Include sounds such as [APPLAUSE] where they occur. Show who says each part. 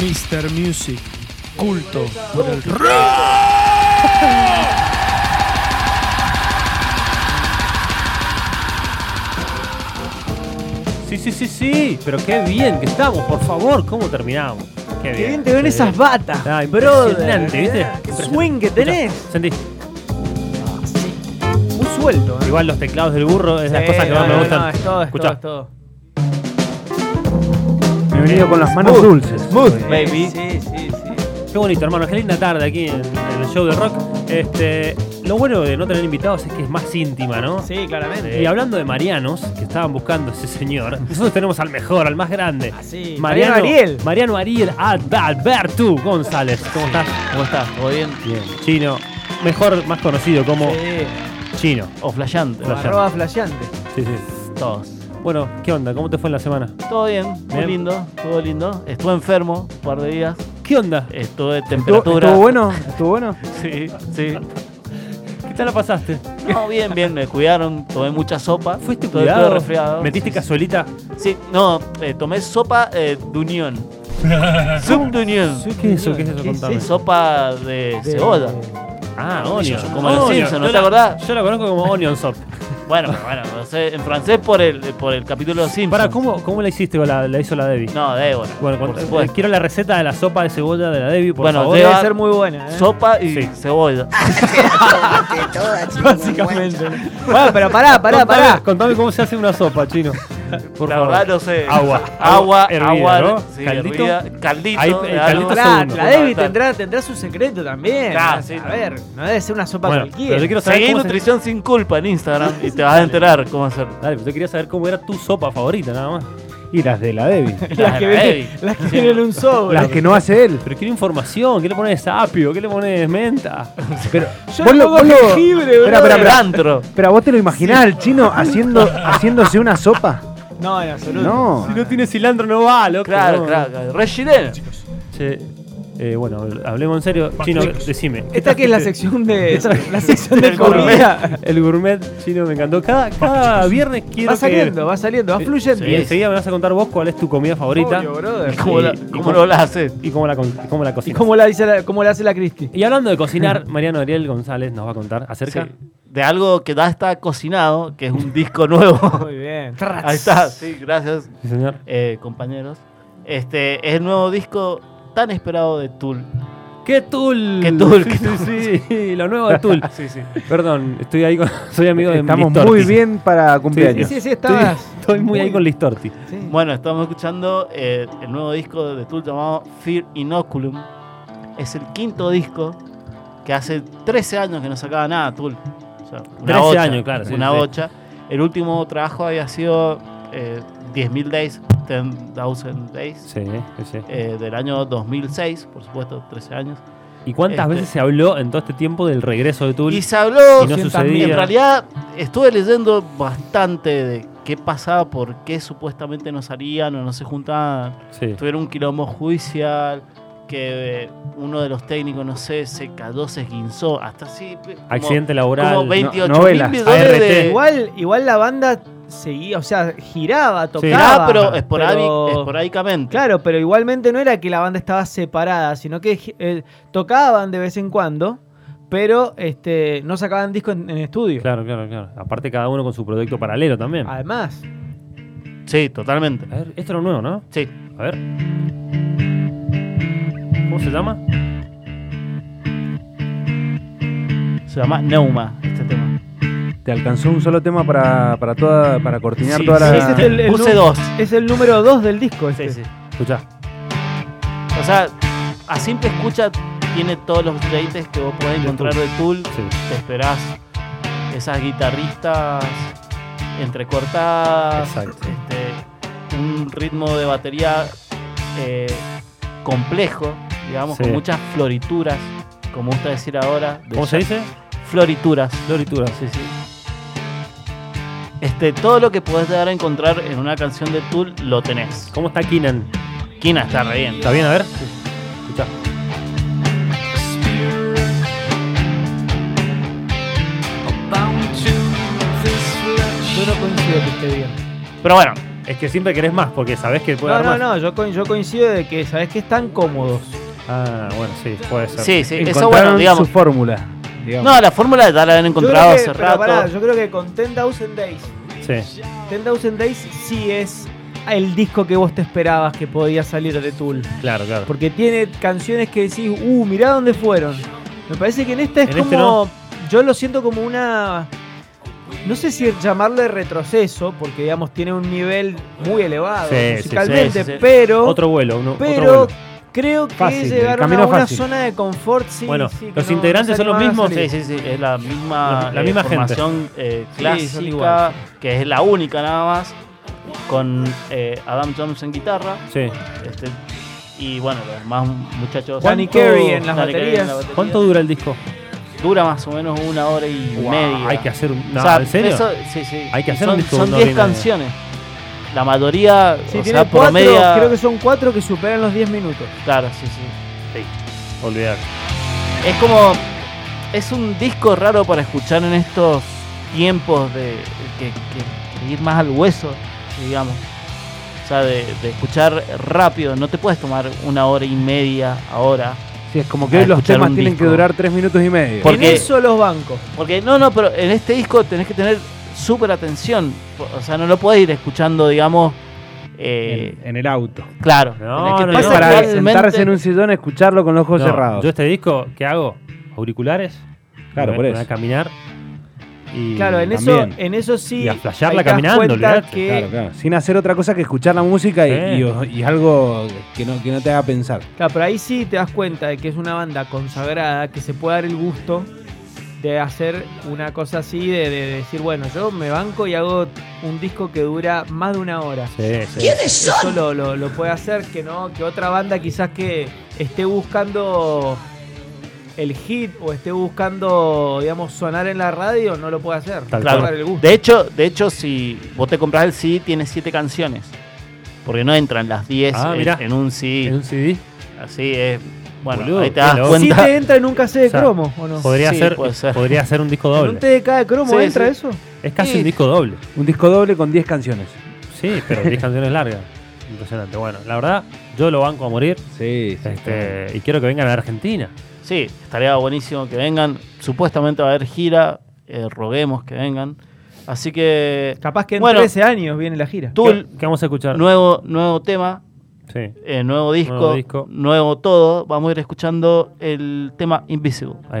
Speaker 1: Mr. Music, culto por el rock.
Speaker 2: Sí, sí, sí, sí. Pero qué bien que estamos, por favor. ¿Cómo terminamos? Qué
Speaker 3: Qué bien te ven esas batas.
Speaker 2: Ay, brother. Impresionante, ¿viste?
Speaker 3: ¿Qué swing que
Speaker 2: Escuchá,
Speaker 3: tenés.
Speaker 2: Sentí.
Speaker 3: Muy suelto. ¿eh?
Speaker 2: Igual los teclados del burro es de las
Speaker 3: Sí,
Speaker 2: cosas que
Speaker 3: no,
Speaker 2: más me
Speaker 3: no,
Speaker 2: gustan.
Speaker 3: no, es todo, es
Speaker 2: Escuchá.
Speaker 3: todo, es
Speaker 4: Bienvenido con las manos dulces.
Speaker 3: todo.
Speaker 2: Baby.
Speaker 3: Sí, sí, sí.
Speaker 2: Qué bonito, hermano. Qué linda tarde aquí en, en el show de rock. Este, lo bueno de no tener invitados es que es más íntima, ¿no? Eh,
Speaker 3: Sí, claramente.
Speaker 2: Y hablando de Marianos, que estaban buscando a
Speaker 3: [LAUGHS]
Speaker 2: ese señor, nosotros tenemos al mejor, al más grande.
Speaker 3: Así.
Speaker 2: Mariano,
Speaker 3: Ah, Mariano Ariel.
Speaker 2: Mariano Ariel Ad- Alberto González. ¿Cómo estás?
Speaker 5: ¿Cómo estás? ¿Todo bien? Bien.
Speaker 2: Chino. Mejor, más conocido como
Speaker 3: Sí.
Speaker 2: Chino.
Speaker 5: O flasheante.
Speaker 2: Flasheante.
Speaker 3: Arroba flasheante.
Speaker 2: Sí, sí.
Speaker 5: Todos.
Speaker 2: Bueno, ¿qué onda? ¿Cómo te fue en la semana?
Speaker 5: Todo bien, muy
Speaker 2: Bien.
Speaker 5: lindo, todo lindo. Estuve enfermo un par de días.
Speaker 2: ¿Qué onda?
Speaker 5: Estuve
Speaker 3: ¿Estuvo
Speaker 5: temperatura.
Speaker 3: estuvo bueno? ¿Estuvo bueno?
Speaker 5: Sí, sí.
Speaker 2: ¿Qué tal la pasaste?
Speaker 5: No, bien, bien, me cuidaron, tomé mucha sopa.
Speaker 2: [LAUGHS] ¿Fuiste
Speaker 5: Estuve-
Speaker 2: cuidado?
Speaker 5: estuve resfriado.
Speaker 2: ¿Metiste cazuelita?
Speaker 5: Sí, no, eh, tomé sopa eh, de unión. Sub de unión.
Speaker 2: ¿Qué es eso? ¿Qué es eso?
Speaker 3: ¿Qué es
Speaker 2: Contame.
Speaker 5: Sopa de
Speaker 3: De-
Speaker 5: cebolla.
Speaker 2: Ah, onion.
Speaker 5: Como los
Speaker 2: Onion.
Speaker 5: Simpsons,
Speaker 2: Yo
Speaker 5: ¿no te
Speaker 2: la-
Speaker 5: acordás?
Speaker 2: Yo la conozco como onion sop.
Speaker 5: Bueno, pero bueno, no sé, en francés por el, por el capítulo 5.
Speaker 2: Pará, ¿cómo, ¿cómo la hiciste? o La, la hizo la Debbie.
Speaker 5: No, Débora.
Speaker 2: Bueno,
Speaker 5: por
Speaker 2: cont-
Speaker 5: supuesto.
Speaker 2: quiero la receta de la sopa de cebolla de la Debbie, por
Speaker 5: Bueno,
Speaker 2: favor.
Speaker 5: Deba-
Speaker 2: [LAUGHS]
Speaker 3: Debe ser muy buena, ¿eh?
Speaker 5: Sopa y
Speaker 2: Sí.
Speaker 5: cebolla.
Speaker 3: Básicamente. bueno, pero pará, pará,
Speaker 2: Contame-
Speaker 3: pará.
Speaker 2: Contame cómo se hace una sopa, chino. Por
Speaker 5: la
Speaker 2: favor.
Speaker 5: verdad no sé.
Speaker 2: Agua.
Speaker 5: Agua,
Speaker 2: Hervida,
Speaker 5: agua.
Speaker 2: ¿no?
Speaker 5: sí,
Speaker 2: Caldito.
Speaker 5: hervida. Caldito.
Speaker 2: Ahí,
Speaker 5: de
Speaker 2: el
Speaker 5: algo.
Speaker 2: caldito
Speaker 3: Claro,
Speaker 2: segundo.
Speaker 3: la Debbie tendrá, tendrá su secreto también.
Speaker 5: Claro,
Speaker 3: a
Speaker 5: sí,
Speaker 3: ver, no debe ser una sopa
Speaker 2: Bueno,
Speaker 3: cualquiera.
Speaker 2: pero yo quiero saber
Speaker 5: Seguí
Speaker 2: cómo se-
Speaker 5: Nutrición Sin Culpa en Instagram y te vas
Speaker 3: [LAUGHS]
Speaker 5: a enterar cómo hacerlo.
Speaker 2: Dale, pero yo quería saber cómo era tu sopa favorita, nada más.
Speaker 4: Y las de la
Speaker 2: [LAUGHS]
Speaker 4: Debbie.
Speaker 3: Las que, vienen, las que vienen en un sobre.
Speaker 4: las que no hace él.
Speaker 2: Pero quiero información. ¿Qué le pones apio? ¿Qué le pones
Speaker 4: [LAUGHS]
Speaker 2: menta?
Speaker 4: Pero
Speaker 3: Yo
Speaker 4: vos
Speaker 3: no
Speaker 4: lo-
Speaker 3: como
Speaker 4: vos lo-
Speaker 3: jengibre,
Speaker 4: Espera,
Speaker 3: bro.
Speaker 4: espera, espera.
Speaker 5: Antro.
Speaker 4: Pero vos te lo imaginás al chino haciendo, haciéndose una sopa.
Speaker 3: No, en absoluto.
Speaker 4: No.
Speaker 2: Si no tiene cilantro, no va, loco.
Speaker 5: Claro,
Speaker 2: no.
Speaker 5: claro, claro. Re chileno.
Speaker 2: Che, eh, bueno, hablemos en serio. Chino, decime. ¿qué
Speaker 3: Esta que es la
Speaker 2: trajiste?
Speaker 3: sección de. la sección de
Speaker 2: El gourmet.
Speaker 3: comida.
Speaker 2: El gourmet chino me encantó. Cada, cada viernes quiero
Speaker 3: Va
Speaker 2: que-
Speaker 3: saliendo, va saliendo, va fluyendo.
Speaker 2: Y enseguida me vas a contar vos cuál es tu comida favorita.
Speaker 3: Obvio, brother.
Speaker 5: ¿Y ¿Cómo,
Speaker 2: Y-
Speaker 5: la-
Speaker 2: y
Speaker 5: cómo
Speaker 2: cómo-
Speaker 5: no la haces?
Speaker 2: y cómo la, con- y cómo la
Speaker 3: ¿Y
Speaker 2: cocinas.
Speaker 3: cómo la, dice la, cómo la hace la Cristi?
Speaker 2: Y hablando de
Speaker 4: [LAUGHS]
Speaker 2: cocinar, Mariano Ariel González nos va a contar acerca.
Speaker 5: Sí. De algo que ya está cocinado, que es un
Speaker 3: [LAUGHS]
Speaker 5: disco nuevo.
Speaker 3: Muy bien.
Speaker 5: Ahí está, sí, gracias,
Speaker 2: Sí, señor.
Speaker 5: eh, compañeros. Este es el nuevo disco tan esperado de Tool.
Speaker 2: ¡Qué Tool!
Speaker 5: ¡Qué
Speaker 2: [LAUGHS]
Speaker 5: Tool!
Speaker 2: Sí,
Speaker 5: ¡Qué
Speaker 2: sí, sí, lo nuevo de Tool.
Speaker 5: Sí, sí.
Speaker 2: Perdón, estoy ahí con. [LAUGHS] Soy amigo de
Speaker 4: Estamos
Speaker 2: Listorti.
Speaker 4: muy bien para
Speaker 3: Sí,
Speaker 4: cumpleaños.
Speaker 3: sí, sí,
Speaker 2: Estoy,
Speaker 3: estabas.
Speaker 2: estoy muy ahí con Listorti.
Speaker 3: Sí.
Speaker 5: Bueno, estamos escuchando eh, el nuevo disco de Tool llamado Fear Inoculum. Es el quinto disco que hace 13 años que no sacaba nada Tool. O sea,
Speaker 2: 13 años, claro, sí,
Speaker 5: Una
Speaker 2: sí.
Speaker 5: bocha. El último trabajo había sido eh, 10.000 Days, 10,000 Days,
Speaker 2: Sí, sí.
Speaker 5: eh, del año 2006, por supuesto, 13 años.
Speaker 2: ¿Y cuántas
Speaker 5: Este-
Speaker 2: veces se habló en todo este tiempo del regreso de Tool?
Speaker 5: Y se habló,
Speaker 2: Y no
Speaker 5: 100.000.
Speaker 2: sucedía.
Speaker 5: en realidad estuve leyendo bastante de qué pasaba, por qué supuestamente no salían o no se juntaban.
Speaker 2: Sí.
Speaker 5: Tuvieron un quilombo judicial, que eh, uno de los técnicos, no sé, se cayó, se esguinzó, hasta así. pe- como-
Speaker 2: Accidente laboral.
Speaker 5: Como 28
Speaker 4: novelas,
Speaker 5: mil millones
Speaker 2: ART.
Speaker 5: de...
Speaker 3: Igual, igual la banda seguía, o sea, giraba, tocaba.
Speaker 5: Nada, Ah, pero, esporádic-
Speaker 3: pero-
Speaker 5: esporádicamente.
Speaker 3: Claro, pero igualmente no era que la banda estaba separada, sino que eh, tocaban de vez en cuando, pero este, no sacaban disco en, en estudio.
Speaker 2: Claro, claro, claro. Aparte, cada uno con su proyecto paralelo también. A
Speaker 3: Además,
Speaker 5: Sí, totalmente.
Speaker 2: ver, esto era nuevo, ¿no?
Speaker 5: Sí.
Speaker 2: A ver. ¿Cómo se llama?
Speaker 5: Se llama Neuma, este tema.
Speaker 4: Te alcanzó un solo tema para, para toda, para cortinar
Speaker 5: Sí,
Speaker 4: toda
Speaker 5: sí,
Speaker 4: la.
Speaker 3: ese es el, el
Speaker 5: Puse
Speaker 3: nu-
Speaker 5: dos.
Speaker 3: Es el número 2 del disco.
Speaker 5: Sí,
Speaker 3: Este.
Speaker 5: sí.
Speaker 2: Escuchá.
Speaker 5: O sea, a simple escucha tiene todos los dates que vos podés encontrar de Tool.
Speaker 2: Sí.
Speaker 5: Te esperás esas guitarristas entrecortadas.
Speaker 2: Exacto.
Speaker 5: este, un ritmo de batería eh, complejo, digamos,
Speaker 2: Sí.
Speaker 5: con muchas florituras, como gusta decir ahora. de
Speaker 2: ¿Cómo se
Speaker 5: jazz.
Speaker 2: dice?
Speaker 5: Florituras.
Speaker 2: Floritura.
Speaker 5: Sí, sí. Este, todo lo que podés llegar a encontrar en una canción de Tool lo tenés.
Speaker 2: ¿Cómo está Keenan?
Speaker 5: Kina está re bien.
Speaker 2: ¿Está bien? A ver. Escuchá.
Speaker 3: Yo no coincido que esté bien.
Speaker 5: Pero bueno,
Speaker 2: Es que siempre querés más porque sabés que puede
Speaker 3: No,
Speaker 2: haber
Speaker 3: no,
Speaker 2: más.
Speaker 3: no, yo, co- yo coincido de que, ¿sabes que Están cómodos.
Speaker 2: Ah, bueno, sí, puede ser.
Speaker 5: Sí, sí, eso
Speaker 4: Encontraron
Speaker 5: bueno, digamos.
Speaker 4: su fórmula. digamos.
Speaker 5: No, la fórmula ya la habían
Speaker 3: Yo creo
Speaker 5: encontrado
Speaker 3: que-
Speaker 5: hace
Speaker 3: pero
Speaker 5: rato.
Speaker 3: pará, yo creo que con 10,000 Days,
Speaker 2: Sí.
Speaker 3: 10,000 Days sí es el disco que vos te esperabas que podía salir de Tool.
Speaker 2: Claro, claro.
Speaker 3: Porque tiene canciones que decís, uh, mirá dónde fueron. Me parece que en esta es
Speaker 2: En
Speaker 3: como.
Speaker 2: este
Speaker 3: Yo lo siento como una. No sé si llamarle retroceso, porque digamos tiene un nivel muy elevado
Speaker 2: Sí, sí,
Speaker 3: musicalmente,
Speaker 5: sí, sí.
Speaker 3: pero.
Speaker 2: Otro vuelo, uno, otro
Speaker 3: pero
Speaker 2: vuelo.
Speaker 3: creo que
Speaker 4: Fácil, el
Speaker 3: llegaron
Speaker 4: camino
Speaker 3: a una
Speaker 4: fácil.
Speaker 3: zona de confort. sí,
Speaker 2: Bueno,
Speaker 3: sí, que
Speaker 2: los
Speaker 3: no-
Speaker 2: integrantes
Speaker 3: no se
Speaker 2: son los
Speaker 3: animaban a
Speaker 2: mismos,
Speaker 3: salir.
Speaker 5: Sí, sí, sí, es la misma,
Speaker 2: La- la
Speaker 5: eh,
Speaker 2: misma gente.
Speaker 5: formación eh,
Speaker 3: Sí,
Speaker 5: clásica,
Speaker 3: son iguales.
Speaker 5: que es la única nada más, con eh, Adam Jones en guitarra,
Speaker 2: Sí.
Speaker 5: este, y bueno, los demás muchachos...
Speaker 3: Danny
Speaker 5: ¿Cuánto-
Speaker 3: Carey en las
Speaker 5: Danny Carey
Speaker 3: baterías?
Speaker 5: batería?
Speaker 2: ¿Cuánto dura el disco?
Speaker 5: Dura más o menos una hora y
Speaker 2: Guau,
Speaker 5: media.
Speaker 2: Hay que hacer un. No,
Speaker 5: O sea,
Speaker 2: ¿En serio?
Speaker 5: eso- sí, sí.
Speaker 2: Hay que
Speaker 5: Y
Speaker 2: hacer un
Speaker 5: son,
Speaker 2: disco de
Speaker 5: son
Speaker 2: una
Speaker 5: 10
Speaker 2: hora y media.
Speaker 5: canciones. La mayoría,
Speaker 3: Sí,
Speaker 5: o
Speaker 3: tiene
Speaker 5: sea,
Speaker 3: cuatro,
Speaker 5: promedia...
Speaker 3: creo que son cuatro que superan los 10 minutos.
Speaker 5: Claro, sí, sí.
Speaker 2: Olvidar.
Speaker 5: Es como... Es un disco raro para escuchar en estos tiempos de que, que- que ir más al hueso, digamos. O sea, de, de escuchar rápido. No te puedes tomar una hora y media ahora.
Speaker 4: Sí, es como que
Speaker 5: A
Speaker 4: hoy los
Speaker 5: escuchar
Speaker 4: temas
Speaker 5: un
Speaker 4: tienen
Speaker 5: disco.
Speaker 4: que durar tres minutos y medio.
Speaker 5: Por-
Speaker 3: En
Speaker 5: Porque-
Speaker 3: eso los bancos.
Speaker 5: Porque no, no, pero en este disco tenés que tener súper atención. O sea, no lo podés ir escuchando, digamos... eh,
Speaker 4: En, en el auto.
Speaker 5: Claro.
Speaker 2: No,
Speaker 5: tenés
Speaker 2: no,
Speaker 5: que
Speaker 2: no.
Speaker 5: pasar
Speaker 4: para
Speaker 5: realmente-
Speaker 4: sentarse en un sillón a escucharlo con los ojos
Speaker 2: No,
Speaker 4: cerrados.
Speaker 2: Yo este disco, ¿qué hago? Auriculares.
Speaker 4: Claro,
Speaker 2: me-
Speaker 4: por
Speaker 2: me
Speaker 4: eso.
Speaker 2: voy a caminar. Y
Speaker 3: Claro, en eso,
Speaker 4: también.
Speaker 3: en eso sí.
Speaker 2: Y a flashearla
Speaker 3: ahí te das
Speaker 2: caminando,
Speaker 3: cuenta
Speaker 2: olvidate,
Speaker 3: que
Speaker 4: Claro, claro. Sin hacer otra cosa que escuchar la música y,
Speaker 2: Sí.
Speaker 4: y os- y algo que no, que no te haga pensar.
Speaker 3: Claro, pero ahí sí te das cuenta de que es una banda consagrada que se puede dar el gusto de hacer una cosa así, de, de decir, bueno, yo me banco y hago un disco que dura más de una hora.
Speaker 2: Sí, sí.
Speaker 3: Eso lo, lo- lo puede hacer que no, que otra banda quizás que esté buscando el hit o esté buscando, digamos, sonar en la radio, no lo puede hacer.
Speaker 2: Tal
Speaker 3: No puede
Speaker 2: cual.
Speaker 3: dar el gusto.
Speaker 5: De hecho, de hecho, si vos te compras el CD, tiene 7 canciones. Porque no entran las 10
Speaker 2: Ah,
Speaker 5: en-
Speaker 2: mirá.
Speaker 5: en, un CD.
Speaker 2: En un CD.
Speaker 5: Así es. Bueno,
Speaker 2: Boludo,
Speaker 5: ahí te
Speaker 2: qué
Speaker 5: das
Speaker 2: loco.
Speaker 3: Si
Speaker 5: cuenta.
Speaker 3: te entra en un cassette de
Speaker 2: O sea,
Speaker 3: cromo, ¿o no?
Speaker 2: Podría,
Speaker 5: Sí,
Speaker 2: ser,
Speaker 5: puede ser.
Speaker 2: podría ser un disco
Speaker 3: ¿En un
Speaker 2: doble.
Speaker 3: TDK de cromo
Speaker 5: Sí,
Speaker 3: entra
Speaker 5: sí.
Speaker 3: eso?
Speaker 2: Es casi
Speaker 5: Sí.
Speaker 2: un disco doble.
Speaker 4: Un disco doble con 10 canciones.
Speaker 2: Sí, pero 10 canciones largas. Impresionante. Bueno, la verdad, yo lo banco a morir.
Speaker 4: Sí,
Speaker 2: Este, y quiero que vengan a Argentina.
Speaker 5: Sí, estaría buenísimo que vengan. Supuestamente va a haber gira. eh, roguemos que vengan. Así que.
Speaker 3: Capaz que en
Speaker 5: Bueno.
Speaker 3: 13 años viene la gira.
Speaker 5: Tool,
Speaker 2: ¿Qué vamos a escuchar?
Speaker 5: nuevo, nuevo tema.
Speaker 2: Sí,
Speaker 5: eh, nuevo disco,
Speaker 2: Nuevo disco.
Speaker 5: nuevo todo. Vamos a ir escuchando el tema Invisible.
Speaker 2: ahí va.